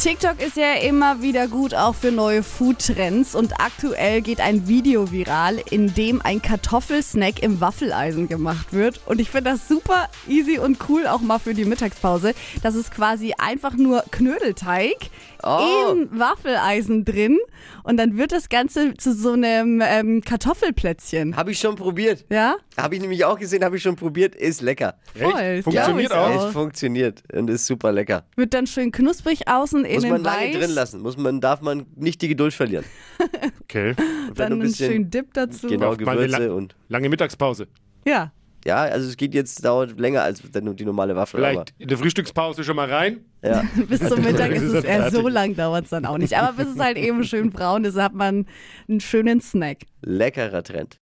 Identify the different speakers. Speaker 1: TikTok ist ja immer wieder gut auch für neue Food-Trends und aktuell geht ein Video viral, in dem ein Kartoffelsnack im Waffeleisen gemacht wird. Und ich finde das super easy und cool auch mal für die Mittagspause. Das ist quasi einfach nur Knödelteig
Speaker 2: Oh.
Speaker 1: im Waffeleisen drin und dann wird das Ganze zu so einem ähm, Kartoffelplätzchen.
Speaker 2: Habe ich schon probiert.
Speaker 1: Ja?
Speaker 2: Habe ich nämlich auch gesehen, habe ich schon probiert. Ist lecker.
Speaker 1: Voll.
Speaker 3: Funktioniert
Speaker 1: glaub ich
Speaker 2: Es funktioniert und ist super lecker.
Speaker 1: Wird dann schön knusprig außen,
Speaker 2: Muss
Speaker 1: innen
Speaker 2: man
Speaker 1: weich.
Speaker 2: lange drin lassen. Muss man, darf man nicht die Geduld verlieren.
Speaker 3: Okay.
Speaker 2: Und wenn
Speaker 1: dann
Speaker 2: du ein
Speaker 1: einen schönen
Speaker 2: bisschen,
Speaker 1: Dip dazu.
Speaker 2: genau,
Speaker 3: Braucht man eine
Speaker 2: Gewürze
Speaker 3: La-
Speaker 2: und,
Speaker 3: Lange Mittagspause.
Speaker 1: Ja.
Speaker 2: ja, also es geht jetzt, dauert länger als dann die normale Waffel.
Speaker 3: Vielleicht in der Frühstückspause schon mal rein.
Speaker 2: Aber, ja.
Speaker 1: Bis zum Mittag ist es
Speaker 3: Dann
Speaker 1: eher so
Speaker 3: fertig.
Speaker 1: lang, dauert es dann auch nicht. Aber bis es halt eben schön braun ist, hat man einen schönen Snack.
Speaker 2: Leckerer Trend.